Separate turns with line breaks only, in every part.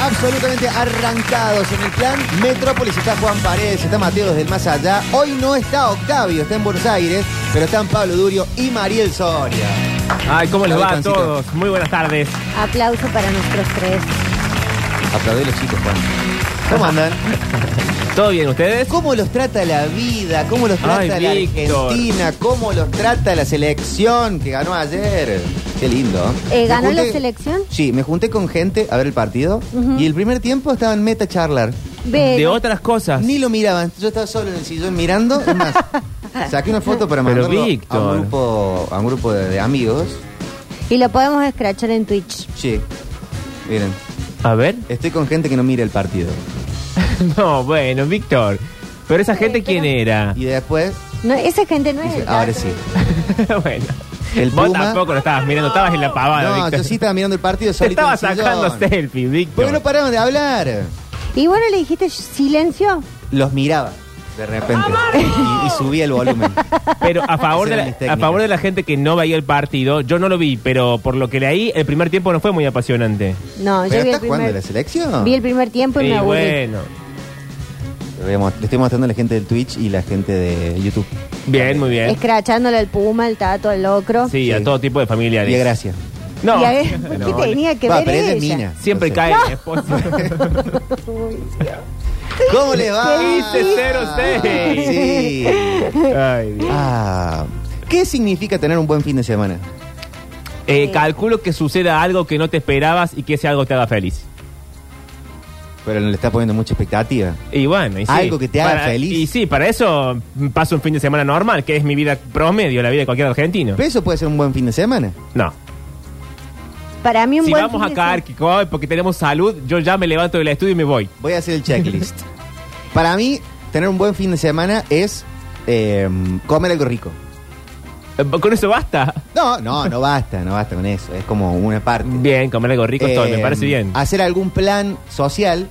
absolutamente arrancados en el plan Metrópolis. Está Juan Paredes, está Mateo desde el más allá. Hoy no está Octavio, está en Buenos Aires, pero están Pablo Durio y Mariel Soria.
Ay, ¿cómo les va a
Descansito.
todos? Muy buenas tardes.
Aplauso para nuestros tres.
Aplaudé los chicos, Juan. ¿Cómo andan?
¿Todo bien ustedes?
¿Cómo los trata la vida? ¿Cómo los trata
Ay,
la
Víctor.
Argentina? ¿Cómo los trata la selección que ganó ayer? Qué lindo.
Eh,
Me
¿ganó la selección?
Sí, me junté con gente a ver el partido y el primer tiempo estaba en meta charlar.
Ve,
De otras cosas.
Ni lo miraban. Yo estaba solo en el sillón mirando. Es más, saqué una foto para
Pero
mandarlo a
Víctor.
un grupo, a un grupo de, de amigos.
y lo podemos escrachar en Twitch.
Sí. Miren,
A ver.
estoy con gente que no mira el partido.
No, bueno, Víctor. Pero esa gente, ¿quién era?
Y después,
No, esa gente no es.
dice,
el
ahora
teatro.
sí.
bueno.
El
Vos
Puma-
tampoco lo estabas mirando, estabas en la pavada,
No,
Víctor.
yo sí estaba mirando el partido
Te
solito.
estaba
en el
sacando
sillón.
selfie,
Porque no
Víctor.
paraban de hablar.
Y bueno, le dijiste silencio.
Los miraba de repente. Y, y subía el volumen.
Pero a favor, de
Esas eran
la,
mis
a
técnicas.
favor de la gente que no veía el partido, yo no lo vi, pero por lo que leí, el primer tiempo no fue muy apasionante.
No, yo
¿Pero
vi
está
el,
jugando la
primer,
selección?
vi el primer tiempo
Y
y me aburrí.
Ah. bueno.
Le voy a mos- Le estoy mostrando a la gente del Twitch y la gente de YouTube.
Bien, muy bien.
Escrachándole al puma, el tato, el locro.
Sí, a
Sí.
todo tipo de familiares.
Vía Gracia.
No.
Y a ver, ¿por ¿qué
No,
tenía que
Va,
ver
pero ella es
ella?
mina.
Siempre
No sé.
cae mi esposa.
¿Cómo le va?
¿Qué dice 06?
Sí.
Ay, Dios.
Ah, ¿Qué significa tener un buen fin de semana?
Eh, calculo que suceda algo que no te esperabas y que ese algo te haga feliz.
Pero no le está poniendo mucha expectativa.
Y bueno, y sí.
Algo que te haga
Para-
feliz.
Y sí, para eso mm, paso un fin de semana normal, que es mi vida promedio, la vida de cualquier argentino.
Pero eso puede ser un buen fin de semana.
No.
Para mí un
Si
buen
vamos
fin
a
de
caer que hoy porque tenemos salud, yo ya me levanto del estudio y me voy.
Voy a hacer el checklist. Para mí, tener un buen fin de semana es eh, comer algo rico.
Eh, Con eso basta.
No, no, no basta, no basta con eso. Es como una parte.
Bien, comer algo rico, todo, me
Eh,
parece bien.
Hacer algún plan social,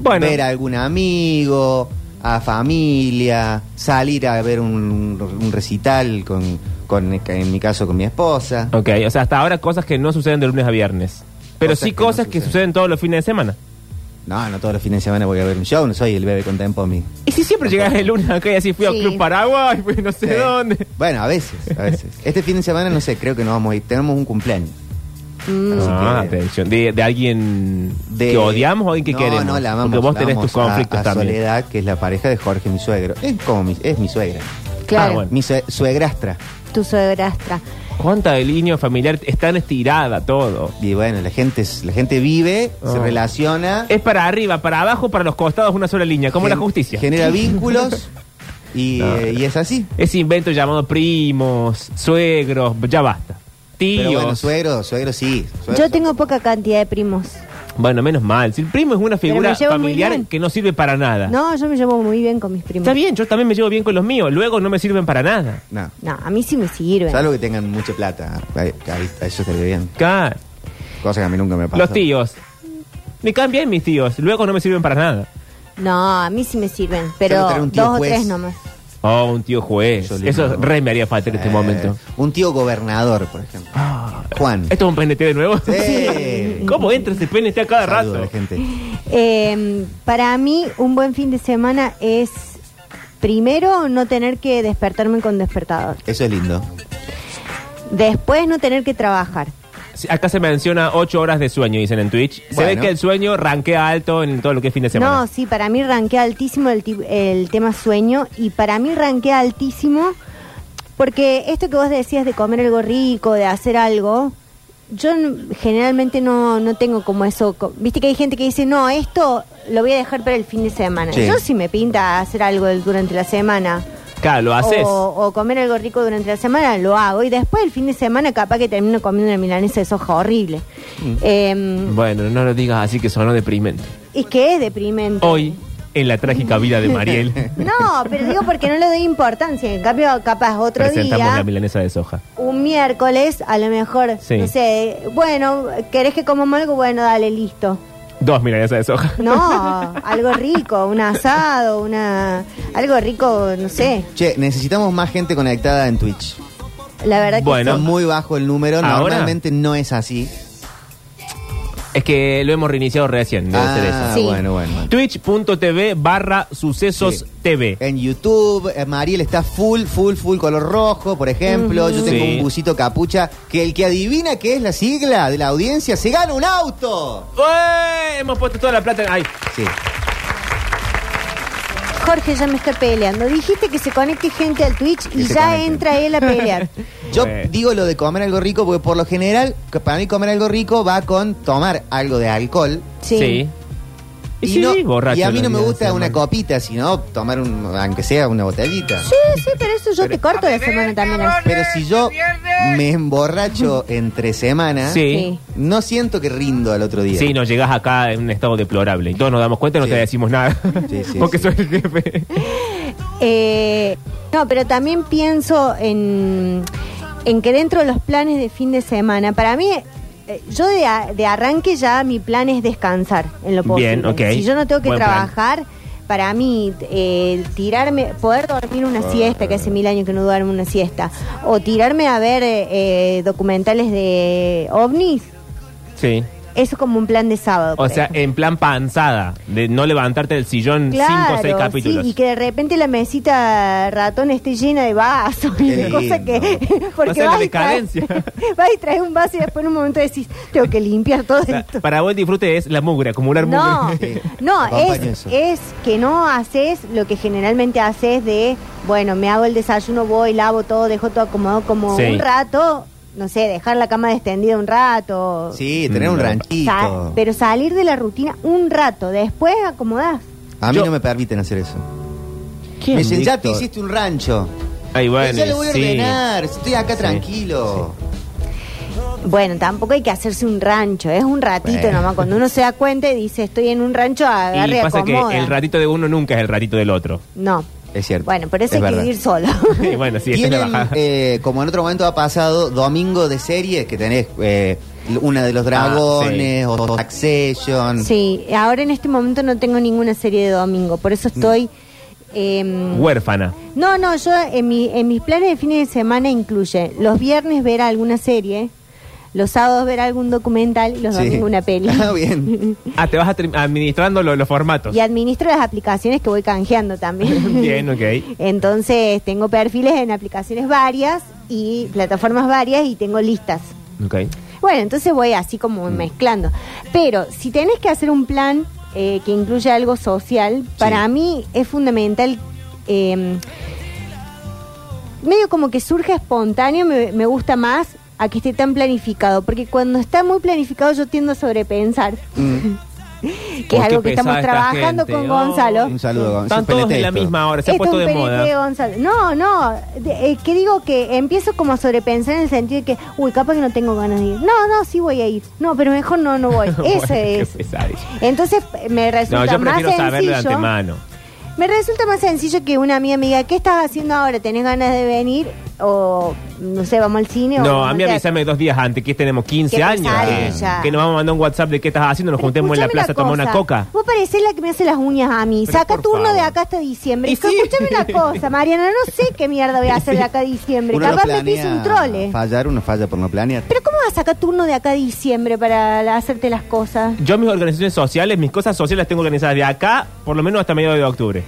Bueno,
ver a algún amigo, a familia, salir a ver un, un recital con, con, en mi caso, con mi esposa.
ok, o sea, hasta ahora cosas que no suceden de lunes a viernes. Pero
Cosas
sí
que no
cosas que
suceden.
suceden todos los fines de semana.
No, no todos los fines de semana voy a ver un show, no soy el bebé con tempo a mí.
Y si siempre llegas el lunes acá y así fui
Sí.
al Club Paraguay, fui no sé
Sí.
dónde.
Bueno, a veces, a veces. Este fin de semana, no sé, creo que no vamos a ir. Tenemos un cumpleaños. Así
Ah,
que-
atención. De, de alguien
de-
que odiamos o alguien que
no,
queremos.
No, la amamos.
Porque vos
la
tenés tus
amamos
conflictos
a, a
también.
Soledad, que es la pareja de Jorge, mi suegro. Es como mi, es mi suegra.
semana. Claro,
Ah, bueno.
Mi sue- suegrastra.
tu suegrastra.
¿Cuánta del niño familiar están estirada todo?
Y bueno, la gente, es- la gente vive, se
Ah.
relaciona.
Es para arriba, para abajo, para los costados, una sola línea, como la
gen-
justicia.
Genera vínculos y,
No.
eh, y es así.
Ese invento llamado primos, suegros, ya basta. Tíos.
Pero bueno,
Bueno,
suegro, suegro sí. Suegro-
Yo tengo poca cantidad de primos.
menos mal. Si el primo es una figura
me llevo muy
familiar
bien.
que no sirve para nada.
No, yo me llevo muy bien con mis primos.
Ah. Está bien, yo también me llevo bien con los míos. Luego no me sirven para nada.
No,
No, a mí sí me sirven.
salvo que tengan mucha plata. Ahí- ahí- A eso te ve bien.
Claro.
Cosa que a mí nunca me pasa.
Los tíos. Me caen bien mis tíos. Luego no me sirven para nada.
No, a mí sí me sirven,
Tengo
pero
que tener un tío
dos o
juez.
tres nomás.
Oh, un tío juez.
Yo le
Eso
mando.
re me haría falta en este
Eh,
momento.
Un tío gobernador, por ejemplo. Juan.
¿Esto es un PNT de nuevo?
Sí.
¿Cómo entra ese PNT a cada
Saludo a la
rato?
gente.
Eh, para mí, un buen fin de semana es primero no tener que despertarme con despertador.
Eso es lindo.
Después no tener que trabajar.
Sí, Acá se menciona 8 horas de sueño, dicen en Twitch. Se ve
Bueno.
que el sueño rankea alto en todo lo que es fin de semana.
No, sí, para mí ranquea altísimo el, ti- el tema sueño y para mí ranquea altísimo porque esto que vos decías de comer algo rico, de hacer algo, yo n- generalmente no, no tengo como eso. co- Viste que hay gente que dice, no, esto lo voy a dejar para el fin de semana.
Sí.
Yo sí me pinta hacer algo el- durante la semana.
Claro, lo haces.
O, o comer algo rico durante la semana, lo hago. Y después el fin de semana capaz que termino comiendo una milanesa de soja horrible.
Mm.
Em,
Bueno, no lo digas así que sonó deprimente.
y que es deprimente.
Hoy, en la trágica vida de Mariel,
No, pero digo porque no le doy importancia. En cambio, capaz otro
presentamos la
día,
milanesa de soja.
un miércoles, a lo mejor,
Sí.
no sé, bueno, ¿querés que comamos algo? Bueno, dale, listo.
Dos milanesas de soja.
No, algo rico, un asado, una algo rico, no sé.
Che, necesitamos más gente conectada en Twitch.
La verdad que
Bueno.
Está muy bajo el número,
¿Ahora?
normalmente no es así.
Es que lo hemos reiniciado recién, debe ser eso.
Ah,
Sí.
bueno, bueno. bueno.
Twitch.tv barra sucesos
Sí.
TV.
En YouTube, eh, Mariel está full, full, full color rojo, por ejemplo. Yo tengo
Sí.
un busito capucha que el que adivina qué es la sigla de la audiencia se gana un auto.
¡Ué! Hemos puesto toda la plata. Ay,
Sí.
Jorge ya me está peleando. Dijiste que se conecte gente al Twitch
Que
y
se
ya
conecten.
entra él a pelear.
Yo
Bueno.
digo lo de comer algo rico porque por lo general, que para mí comer algo rico va con tomar algo de alcohol.
Sí.
Y, sí,
no-
borracho.
y a mí no
los
me
días,
gusta una
hermano.
copita, sino tomar, un, aunque sea una botellita.
Sí, sí, pero eso yo te corto la semana también.
Pero si yo me emborracho entre semana,
Sí.
no siento que rindo al otro día.
Sí, nos llegas acá en un estado deplorable. Y todos nos damos cuenta y no
Sí.
te decimos nada.
Sí, sí,
Porque
sí.
soy el jefe.
Eh, no, pero también pienso en, en que dentro de los planes de fin de semana, para mí, eh, yo de, a- de arranque ya mi plan es descansar en lo posible.
Bien, ok.
Si yo no tengo que
Buen plan.
trabajar, para mí eh, tirarme, poder dormir una siesta, que hace mil años que no duermo una siesta, o tirarme a ver eh, eh, documentales de ovnis,
Sí.
eso es como un plan de sábado.
O
por
sea,
ejemplo.
en plan panzada, de no levantarte del sillón cinco o seis
sí,
capítulos.
y que de repente la mesita ratón esté llena de vasos y
Qué
de
lindo.
cosas
Va a
que.
ser
Porque
la
vas y, traes,
decadencia.
vas y traes un vaso y después en un momento decís, tengo que limpiar todo
La-
esto.
para vos el disfrute es la mugre, acumular
No,
mugre.
Sí,
no,
acompaña
es,
eso.
es que no haces lo que generalmente haces de, bueno, me hago el desayuno, voy, lavo todo, dejo todo acomodado como
Sí.
un rato, no sé, dejar la cama extendida un rato.
Sí, tener un
Mm.
ranchito.
Sa- pero salir de la rutina un rato, después acomodás.
A mí
Yo-
no me permiten hacer eso.
¿Quién,
me dicen, ya te
Víctor?
hiciste un rancho.
Ay, bueno,
ya lo voy a
sí.
ordenar. Estoy acá tranquilo.
Bueno, tampoco hay que hacerse un rancho, es un ratito
Bueno.
nomás. Cuando uno se da cuenta y dice, estoy en un rancho, agarre
Y
y
pasa que
acomoda.
el ratito de uno nunca es el ratito del otro.
No.
Es cierto.
Bueno, por eso
es
hay
verdad.
que vivir solo.
Y bueno, sí, esa es la
Tienen,
bajada.
eh, como en otro momento ha pasado, domingo de series que tenés eh, una de los
Ah,
dragones o, o Succession.
sí, ahora en este momento no tengo ninguna serie de domingo, por eso estoy... em,
Huérfana.
no, no, yo en, mi- en mis planes de fines de semana incluye los viernes ver alguna serie, los sábados ver algún documental y los
Sí.
domingos una peli.
Ah, bien.
Ah, te vas atri- administrando lo- los formatos.
Y administro las aplicaciones que voy canjeando también.
Bien, ok.
Entonces tengo perfiles en aplicaciones varias y plataformas varias y tengo listas.
Ok.
Bueno, entonces voy así como
Mm.
mezclando. Pero si tenés que hacer un plan eh, que incluya algo social, para mí es fundamental... eh, medio como que surge espontáneo, me, me gusta más a que esté tan planificado, porque cuando está muy planificado yo tiendo a sobrepensar,
Mm,
que es
Oh,
algo
qué
que estamos
pesada esta
trabajando
gente.
con
Oh.
Gonzalo.
un saludo. Gonzalo.
Están
Siempre
todos en
detesto.
la misma ahora, se ha
Esto es
puesto
un
de
penetre de
moda.
Gonzalo. No, no, de- eh, que digo que empiezo como a sobrepensar en el sentido de que, uy, capaz que no tengo ganas de ir. No, no, sí voy a ir. No, pero mejor no, no voy. Ese
Bueno, qué
es.
pesadilla.
Entonces eh, me
No,
resulta
yo
más
prefiero saberlo de
sencillo.
antemano.
Me resulta más sencillo que una amiga me diga, ¿qué estás haciendo ahora? ¿Tenés ganas de venir? O, no sé, vamos al cine. o
No,
vamos
a mí
al teatro.
avísame dos días antes, que tenemos 15
Qué
años.
pesadilla.
Que nos vamos a mandar un WhatsApp de qué estás haciendo, nos
Pero
juntemos en la
escuchame
plaza a tomar una
cosa.
coca.
Vos parecés la que me hace las uñas a mí.
Pero
Saca
por
turno
favor.
de acá hasta diciembre.
Y
Escu-
sí.
Escúchame una cosa, Mariana. No sé qué mierda voy a hacer de acá a diciembre.
Uno no
Capaz me
planea
piso un eh. trole.
Fallar, uno falla por no planear.
Pero ¿cómo vas a sacar turno de acá a diciembre para la- hacerte las cosas?
Yo mis organizaciones sociales, mis cosas sociales las tengo organizadas de acá, por lo menos hasta mediados de octubre.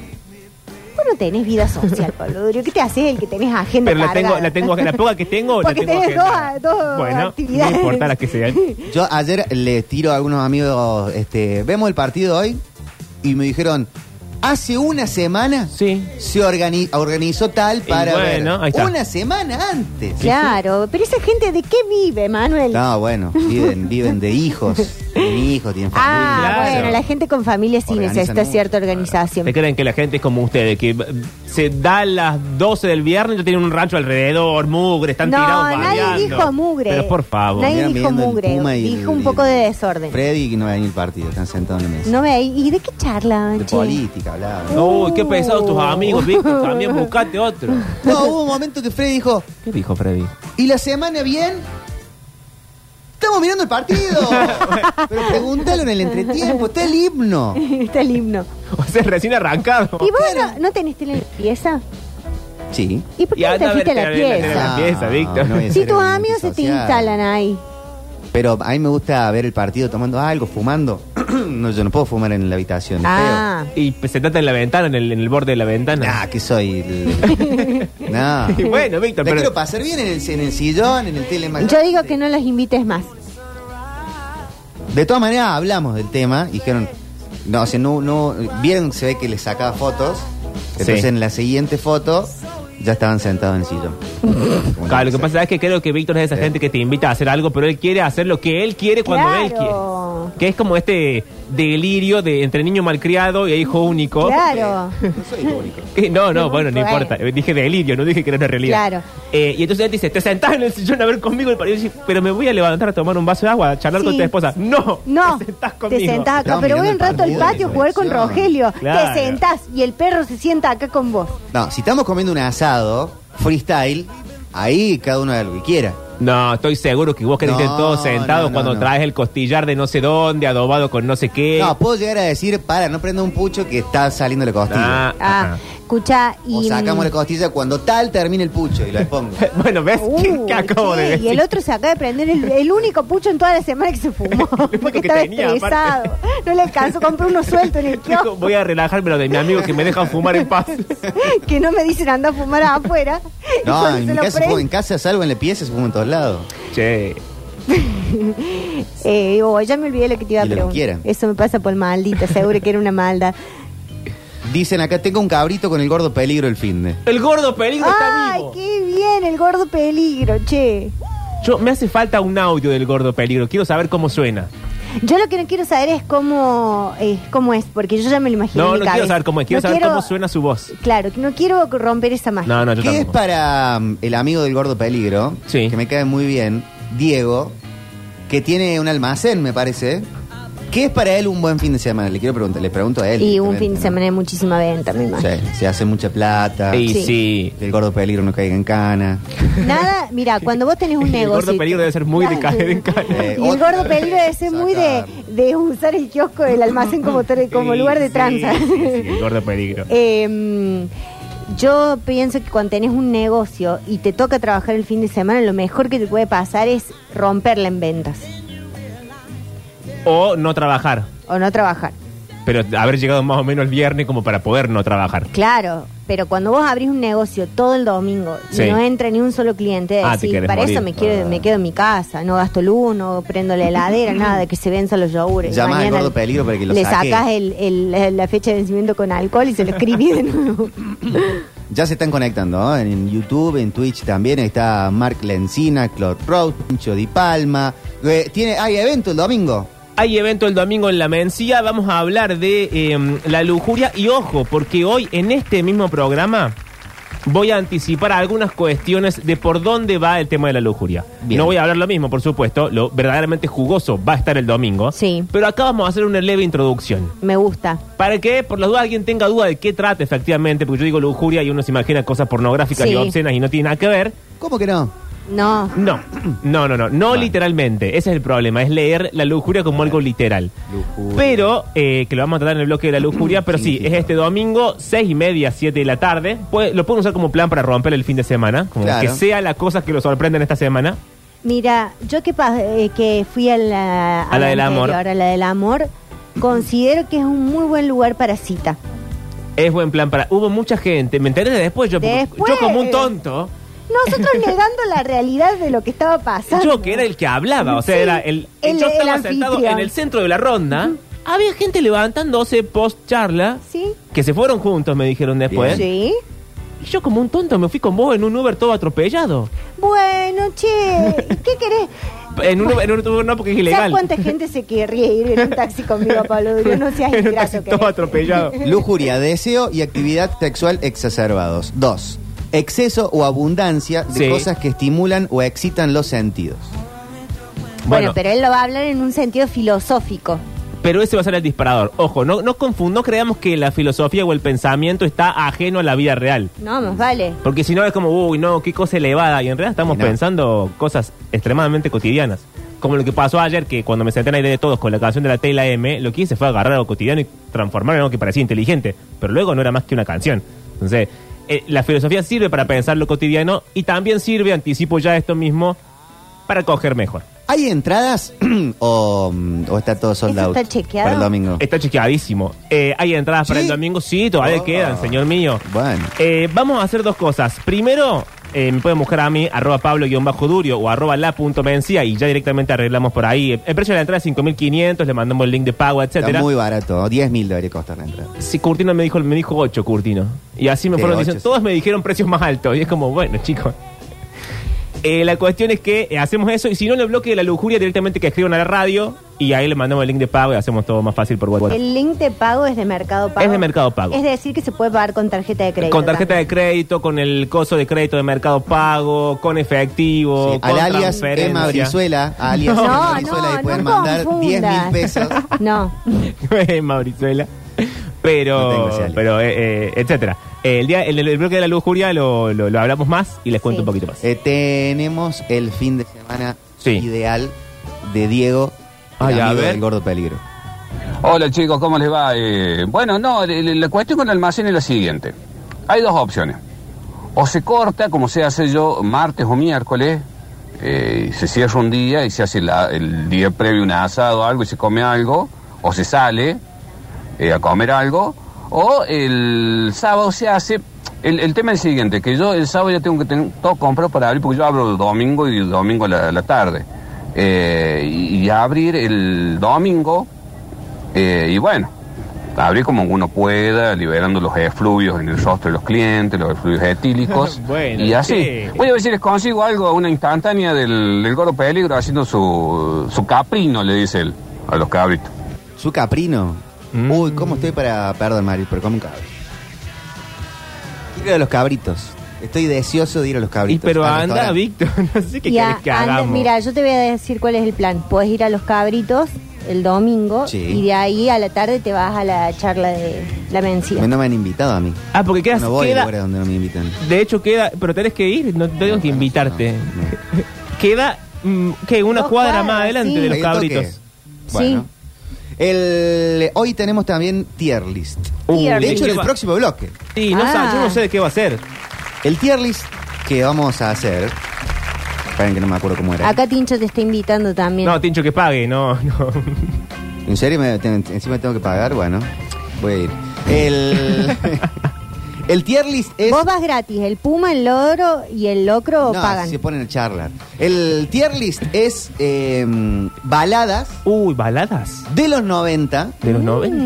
Vos no tenés vida social, Pablo Durio. ¿Qué te haces el que tenés agenda
Pero la
cargada?
tengo, la tengo, la poca que tengo, la
Porque
tengo
tenés
agendada.
dos- dos
Bueno,
actividades.
no importa las que sean.
Yo ayer le tiro a algunos amigos, este, vemos el partido hoy y me dijeron, hace una semana
Sí.
se organi- organizó tal
Y
para
bueno, ahí
ver.
está.
Una semana antes.
Claro, pero esa gente, ¿de qué vive, Manuel?
No, bueno, viven, viven de hijos, tienen hijos, tienen
Ah,
familia.
Claro.
bueno, la gente con familia sí
Organizan
necesita
mucho.
cierta organización.
¿Se creen que la gente es como ustedes? Que eh, se da a las 12 del viernes, ya tienen un rancho alrededor, mugre, están
no,
tirados
nadie
babeando.
dijo mugre.
Pero por favor.
Nadie
Mira,
dijo
mirando el Puma
mugre.
y el-
Dijo un poco de desorden.
Freddy no va a venir el partido, están sentados en la mesa.
No ve ahí. ¿Y de qué charlaban,
de
che?
política hablaban.
Uy, qué pesado tus amigos, Víctor. También buscate otro.
No, hubo un momento que Freddy dijo,
¿Qué dijo Freddy?
¿y la semana bien? Estamos mirando el partido. Pero pregúntalo en el entretiempo, está el himno.
Está el himno.
O sea, recién arrancado.
¿Y vos no, no tenés tele en la pieza?
Sí.
¿Y por
Y
qué no
anda
te
a
fuiste a
ver
la
Ah,
tele en la
pieza?
pieza, Víctor.
voy a
Si
ser
tus
un
amigos se te
antisocial.
instalan ahí.
Pero a mí me gusta ver el partido tomando algo, fumando. no, yo no puedo fumar en la habitación. es feo.
Ah,
Y se trata en la ventana, en el, en el borde de la ventana.
Nah, Ah, que soy. el- nah.
Y bueno,
La
Víctor,
quiero
pero.
pasar bien en el, en el sillón, en el telemagazine.
yo digo que no los invites más.
De todas maneras, hablamos del tema. y Dijeron, no, o sea, no, no. Vieron, se ve que les sacaba fotos. Entonces,
Sí.
en la siguiente foto, ya estaban sentados en el sillón. Como
Claro, lo que
no sé.
pasa es que creo que Víctor es de esa
Eh.
gente que te invita a hacer algo, pero él quiere hacer lo que él quiere cuando él quiere.
Claro.
Que es como este delirio de entre niño malcriado y hijo único.
Claro.
No soy lo único.
Que- No, no,
No,
bueno, no
bueno.
importa. Dije delirio, no dije que era una realidad.
Claro.
Eh, y entonces él dice, te sentás en el sillón a ver conmigo el partido. Y yo digo, Pero me voy a levantar a tomar un vaso de agua, a charlar con
Sí.
tu esposa. No,
No,
te sentás
te
conmigo.
sentás acá,
Estaba
pero voy
mirando
un
el
rato al
partido de
patio a jugar con
selección.
Rogelio.
Claro.
Te sentás y el perro se sienta acá con vos.
No, si estamos comiendo un asado, freestyle, ahí cada uno haga lo que quiera.
No, estoy seguro que vos querés estar
No,
todo sentado
no, no,
cuando
no.
traes el costillar de no sé dónde, adobado con no sé qué.
No, puedo llegar a decir, para, no prenda un pucho que está saliendo la costilla.
Ah,
Ah,
ajá.
escucha
O
y.
sacamos la costilla cuando tal termine el pucho y lo expongo.
Bueno, ¿ves
Uh,
qué, qué acabo de
che,
decir?
Y el otro se acaba de prender el, el único pucho en toda la semana que se fumó. porque
que
estaba
tenía, aparte.
estresado. No le alcanzó, compró uno suelto en el
Dijo,
kiosco.
Voy a relajarme lo de mi amigo que me deja fumar en paz.
que no me dicen anda a fumar afuera. Y
No,
cuando
en,
se
mi
lo
casa, se
prende-
fuma- en casa, salvo en la pieza, se fuma en todos lados.
che.
Eh, oh, ya me olvidé lo que te iba a
Y lo que
preguntar.
quieran.
Eso me pasa por maldita, seguro que era una maldad.
Dicen acá, tengo un cabrito con el gordo peligro el fin de.
El gordo peligro está
¡Ay,
vivo.
qué bien! El gordo peligro, che.
Yo, me hace falta un audio del gordo peligro. Quiero saber cómo suena.
Yo lo que no quiero saber es cómo, eh, cómo es, porque yo ya me lo imagino.
No, no quiero saber cómo es. Quiero saber cómo suena su voz.
Claro, que no quiero romper esa magia.
No, no, yo
¿Qué es
tampoco.
para mm, el amigo del gordo peligro?
Sí.
Que me cae muy bien, Diego, que tiene un almacén, me parece. ¿Qué es para él un buen fin de semana? Le quiero preguntar, le pregunto a él.
y un
directamente,
fin de
¿no?
semana de muchísima venta, me imagino.
Sí, se hace mucha plata.
Y sí.
Sí.
Que el gordo peligro no caiga en cana.
Nada, mira, cuando vos tenés un
El
negocio.
gordo peligro debe ser muy de caer en cana.
Eh,
Y el
otra
gordo peligro debe ser muy de,
Sacar.
de usar el kiosco del almacén como, tele- como
Sí,
lugar de
sí,
tranza.
sí, sí, el gordo peligro.
Eh, yo pienso que cuando tenés un negocio y te toca trabajar el fin de semana, lo mejor que te puede pasar es romperla en ventas
O no trabajar.
o no trabajar.
Pero haber llegado más o menos el viernes como para poder no trabajar.
Claro, pero cuando vos abrís un negocio todo el domingo
Sí.
y no entra ni un solo cliente,
Ah, te
decís,
querés
para
morir.
eso me, quiero, me quedo en mi casa, no gasto luz, no prendo la heladera, nada, de que se venzan los yogures.
Llamás al
Mañana
gordo peligro para que lo
Le
saque.
sacás el- el- la fecha de vencimiento con alcohol y se lo escribí de nuevo.
Ya se están conectando ¿no? en YouTube, en Twitch también. Ahí Está Mark Lencina, Claude Roth, Pincho Di Palma. Eh, tiene, hay evento el domingo.
Hay evento el domingo en la Mencía, vamos a hablar de eh, la lujuria y ojo, porque hoy en este mismo programa voy a anticipar algunas cuestiones de por dónde va el tema de la lujuria.
Bien.
No voy a hablar lo mismo, por supuesto, lo verdaderamente jugoso va a estar el domingo,
Sí.
pero acá vamos a hacer una leve introducción.
Me gusta.
Para que, por las dudas, alguien tenga duda de qué trata efectivamente, porque yo digo lujuria y uno se imagina cosas pornográficas y
Sí.
obscenas y no tiene nada que ver.
¿Cómo que no?
No.
No, no, no, no, no literalmente. Ese es el problema, es leer la lujuria como algo literal.
Lujuria.
Pero, eh, que lo vamos a tratar en el bloque de la lujuria, pero sí, es
Significado.
este domingo, seis y media, siete de la tarde. Puede- lo pueden usar como plan para romper el fin de semana, como
Claro.
que sea la cosa que lo sorprenden esta semana.
Mira, yo que, pa- eh, que fui a la,
A la del amor.
anterior, a la del amor, considero que es un muy buen lugar para cita.
Es buen plan para... Hubo mucha gente, me enteré de después, yo,
Después.
yo como un tonto,
Nosotros negando la realidad de lo que estaba pasando.
yo que era el que hablaba, o sea,
Sí,
era el,
el-
yo
el
estaba sentado en
anfitrión.
el centro de la ronda, había gente levantándose post charla,
¿Sí?
que se fueron juntos, me dijeron después.
Sí.
Y yo como un tonto me fui con vos en un Uber todo atropellado.
Bueno, che, ¿y ¿qué querés?
En un Uber, en un Uber no, porque es
¿Sabes
ilegal.
cuánta gente se querría ir en un taxi conmigo, Pablo? Durio? No seas
En un taxi todo
ingrato. querido.
atropellado.
Lujuria, deseo y actividad sexual exacerbados. Dos, exceso o abundancia de
Sí.
cosas que estimulan o excitan los sentidos.
Bueno, pero él lo va a hablar en un sentido filosófico.
Pero ese va a ser el disparador. Ojo, no, no confund- no creamos que la filosofía o el pensamiento está ajeno a la vida real.
No, más vale.
Porque si no es como, uy, no, qué cosa elevada. Y en realidad estamos
Y no.
pensando cosas extremadamente cotidianas. Como lo que pasó ayer, que cuando me senté en aire de todos con la canción de la Tela M, lo que hice fue agarrar algo cotidiano y transformarlo en algo que parecía inteligente. Pero luego no era más que una canción. Entonces, eh, la filosofía sirve para pensar lo cotidiano y también sirve, anticipo ya esto mismo, para coger mejor.
¿Hay entradas o, mm, o está todo sold
¿Eso
out
está chequeado?
para el domingo?
Está chequeadísimo. Eh, ¿Hay entradas para
¿Sí?
el domingo? Sí, todavía
Oh.
quedan, señor mío.
Bueno.
Eh, vamos a hacer dos cosas. Primero, eh, me pueden buscar a mí, arroba pablo-durio o arroba la.mencia y ya directamente arreglamos por ahí. El precio de la entrada es 5.500, le mandamos el link de pago,
Está
etcétera.
muy barato, 10 mil debería costar la entrada.
Si Curtino me dijo, me dijo 8 Curtino. Y así me
Sí,
fueron
ocho,
diciendo,
sí.
todos me dijeron precios más altos. Y es como, bueno, chicos. Eh, la cuestión es que eh, hacemos eso y si no en el bloque de la lujuria directamente que escriban a la radio y ahí le mandamos el link de pago y hacemos todo más fácil por WhatsApp.
El link de pago es de Mercado Pago.
Es de Mercado Pago.
Es decir, que se puede pagar con tarjeta de crédito.
Con tarjeta de crédito, con el coso de crédito de mercado pago, con efectivo,
Sí,
Oh, con
al alias
transferencia.
Emma Brizuela, alias
No,
Emma
no,
Brizuela, y
no
pueden mandar
confundas.
10 mil pesos.
crédito. No.
Emma Brizuela. Pero,
No tengo ese alias.
pero eh, eh, etcétera. Eh, el, día, el, el bloque de la lujuria lo, lo, lo hablamos más y les cuento
Sí.
un poquito más.
Eh, tenemos el fin de semana
Sí.
ideal de Diego, el
Ay, a
amigo
ver.
del Gordo Peligro.
Hola chicos, ¿cómo les va? Eh, bueno, no, le- le- la cuestión con el almacén es la siguiente. Hay dos opciones. O se corta, como se hace yo, martes o miércoles, eh, y se cierra un día y se hace la- el día previo un asado o algo y se come algo, o se sale eh, a comer algo, o el sábado se hace... El, el tema es el siguiente, que yo el sábado ya tengo que tener todo comprado para abrir, porque yo abro el domingo y el domingo a la, la tarde. Eh, y- y abrir el domingo eh, y bueno, abrir como uno pueda, liberando los efluvios en el rostro de los clientes, los efluvios etílicos.
Bueno,
y así.
che.
Voy a ver si les consigo algo, una instantánea del, del Goro Peligro haciendo su, su caprino, le dice él, a los cabritos.
Su caprino.
Mm.
Uy, ¿cómo estoy para. Perdón, Mario, pero como un cabrito. Quiero ir a los cabritos. Estoy deseoso de ir a los
Y,
cabritos. Ah,
pero
al
anda,
restaurante.
Víctor, no sé qué
Y a-
querés que
antes-
hagamos.
mira, yo te voy a decir cuál es el plan. Puedes ir a los cabritos el domingo
Sí.
y de ahí a la tarde te vas a la charla de la mencía.
No me han invitado a mí.
ah, porque quedas,
No voy a
queda-
lugares donde no me invitan.
de hecho queda, pero tenés que ir, no tengo que invitarte.
No, no.
Queda, mm, ¿qué? Una
Dos
cuadra
cuadras,
más adelante
sí.
de los
Ahí toque.
cabritos.
Bueno. El, hoy tenemos también tier list.
Uh,
De
¿de
hecho,
qué
en el
va?
próximo bloque.
Sí, no, sé,
Ah.
yo no sé de qué va a ser.
El tier list que vamos a hacer. Esperen que no me acuerdo cómo era.
Acá Tincho te está invitando también.
No, Tincho, que pague, no, no.
¿En serio? Me, te- encima tengo que pagar. Bueno, voy a ir. El, el tier list es.
Vos vas gratis, el puma, el loro y el locro
No,
pagan.
se ponen a charlar. El tier list es eh, baladas
Uy, baladas.
de los 90,
De los 90.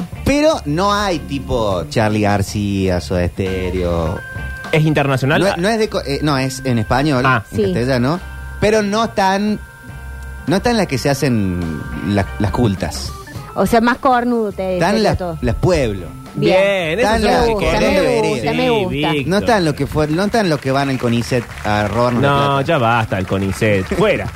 Mm.
pero no hay tipo Charlie García, Soda Stereo.
¿Es internacional?
No, no es de, co- eh, no, es en español,
Ah.
en
Sí.
castellano, pero no están no están las que se hacen la- las cultas.
O sea, más cornudo te
Están
te-
las,
todo.
las pueblo.
Bien,
Está
eso
en
es
la-
lo que
está en la vereda.
queremos.
Me gusta, me
Sí,
gusta.
Víctor.
No están los que fue, no están los que van al CONICET a robarnos la
No,
plata.
ya basta el CONICET. Fuera.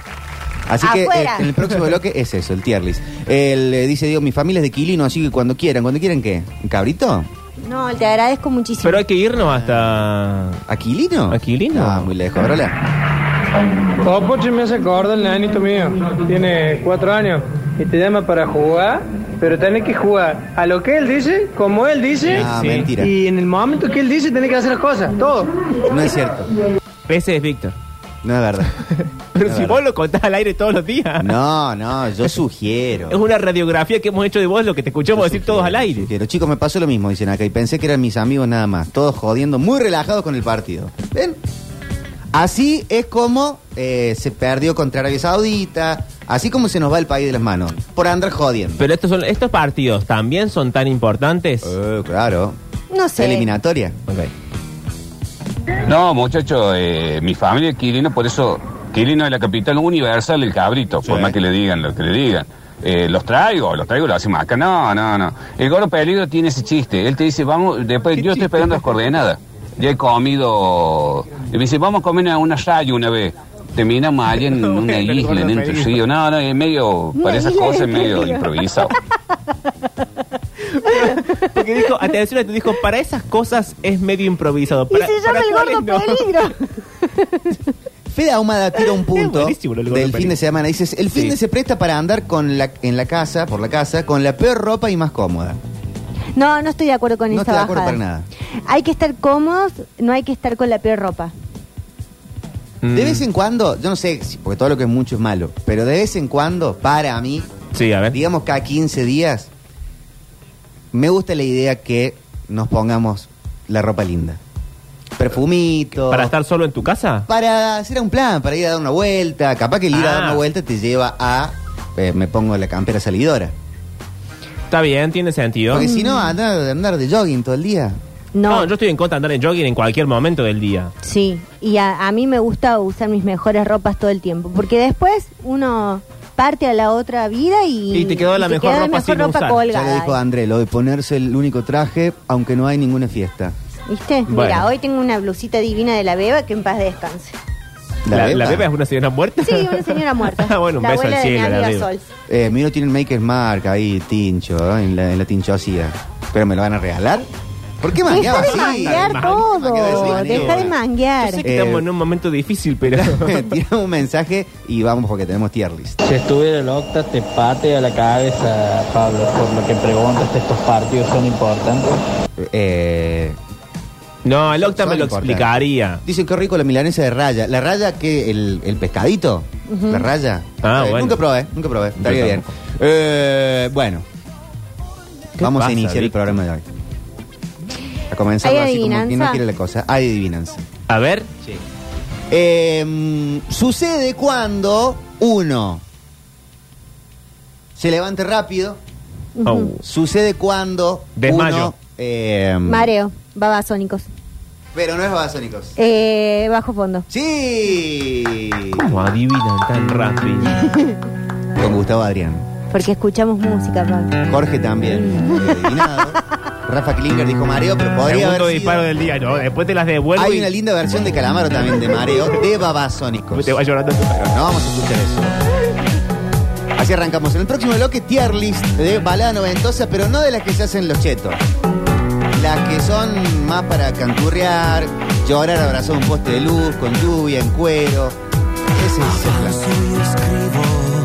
Así que eh,
Afuera.
en el próximo bloque es eso, el tier list. El, eh, dice Diego, mi familia es de Quilino, así que cuando quieran, cuando quieran qué? ¿Un cabrito?
No, te agradezco muchísimo.
Pero hay que irnos hasta...
¿A Quilino?
¿A Quilino?
Ah, muy lejos, brola.
Popochi Oh, me hace acordar el nanito mío, tiene cuatro años y te llama para jugar, pero tenés que jugar a lo que él dice, como él dice,
Ah,
sí.
mentira.
y en el momento que él dice tenés que hacer las cosas, todo.
No es cierto.
Ese es Víctor.
No es verdad.
Pero
Es
si
verdad.
vos lo contás al aire todos los días.
No, no, yo sugiero.
Es una radiografía que hemos hecho de vos, lo que te escuchamos
Yo
decir
sugiero,
todos al aire.
sugiero. Chicos, me pasó lo mismo, dicen acá. Y pensé que eran mis amigos nada más. Todos jodiendo, muy relajados con el partido. ¿Ven? Así es como eh, se perdió contra Arabia Saudita. Así como se nos va el país de las manos. Por andar jodiendo.
Pero estos, son, estos partidos también son tan importantes.
Eh, claro.
no sé.
Eliminatoria.
Ok.
No, muchachos, eh, mi familia es Quirino, por eso Quirino es la capital universal del cabrito, por
Sí.
más que le digan lo que le digan. Eh, los traigo, los traigo, lo hacemos acá. No, no, no. El Goro Peligro tiene ese chiste. Él te dice, vamos, después yo estoy esperando las coordenadas. Ya he comido. Y me dice, vamos a comer a una raya una vez. Terminamos allá en una
el
isla,
Gordo
en un
Peligro.
río. No, no, es medio,
Una
para esas
isla
cosas,
de este
es medio
peligro.
improvisado.
Porque dijo, atención, te dijo, para esas cosas es medio improvisado.
Y
Para,
se llama
para
el
cuáles
gordo
no.
peligro.
Fede Ahumada tira un punto del
Eh, buenísimo lo del Gol de
fin de
Peligro.
semana. Dices, el fin de se presta para andar con la, en la casa, por la casa, con la peor ropa y más cómoda.
No, no estoy de acuerdo con
No
esa
estoy de acuerdo
bajada.
para nada.
Hay que estar cómodos, no hay que estar con la peor ropa.
Mm.
De vez en cuando, yo no sé, si- porque todo lo que es mucho es malo, pero de vez en cuando, para mí,
Sí, a ver.
digamos cada 15 días, me gusta la idea que nos pongamos la ropa linda. Perfumito.
¿Para estar solo en tu casa?
Para hacer un plan, para ir a dar una vuelta. Capaz que el ir a dar
Ah.
una vuelta te lleva a. eh, me pongo la campera salidora.
Está bien, tiene sentido.
Porque si no, andar, andar de jogging todo el día.
No,
yo estoy en contra de andar en jogging en cualquier momento del día.
sí. Y a, a mí me gusta usar mis mejores ropas todo el tiempo. Porque después uno parte a la otra vida y.
Y te quedó la mejor ropa sin usar.
Ya le
colgada.
dijo a André, lo de ponerse el único traje, aunque no hay ninguna fiesta.
¿Viste?
Bueno.
Mira, hoy tengo una blusita divina de la beba que en paz descanse.
¿La,
beba.
la beba es una señora muerta?
Sí, una señora muerta.
Ah, bueno, un
la
beso
abuela
al
de mi
cielo. la
amiga
beba.
Sol.
Eh, mío tiene el Maker's Mark ahí, tincho, ¿no? en la, en la tinchosía. ¿Pero me lo van a regalar? ¿Por qué
Deja
mangueaba
de
así?
manguear
Mangueaba de esa
todo.
manera.
Deja de
Yo
manguear.
sé que
Eh,
estamos en un momento difícil, pero...
Tira un mensaje y vamos porque tenemos tier list.
Si estuviera el Octa, te patea la cabeza, Pablo, por lo que preguntas, estos partidos son importantes.
Eh,
No, el Octa
Son
me lo
importantes.
explicaría.
dicen que rico la milanesa de raya. ¿La raya que ¿El, el pescadito? ¿La raya?
Ah,
Eh,
bueno.
Nunca probé, nunca probé. Estaría
Yo
bien. Eh, bueno.
¿Qué
Vamos
pasa,
a iniciar el
Víctor?
programa de hoy. A comenzar
¿Hay
así como quien no
adivinanza?
quiere la cosa. Hay adivinanza.
A ver.
Eh, sucede cuando uno se levante rápido.
Oh. mm.
Sucede cuando
Desmayo.
uno, eh,
Mareo, babasónicos.
Pero no es babasónicos.
Eh, bajo fondo.
Sí.
¿Cómo adivinan tan rápido?
Con Gustavo Adrián.
Porque escuchamos música, Pablo.
Jorge también. había adivinado. Rafa Klinger dijo mareo, pero podría haber
Segundo
sido-
disparo del día. No, después te las devuelvo
Hay
y
una linda versión de Calamaro también de mareo de babasónicos.
te vas llorando.
Pero no vamos a escuchar eso. Así arrancamos. En el próximo bloque, tier list de balada noventosa, pero no de las que se hacen los chetos. Las que son más para canturrear, llorar abrazado a un poste de luz, con lluvia, en cuero. Ese es el plan.
Paso y escribo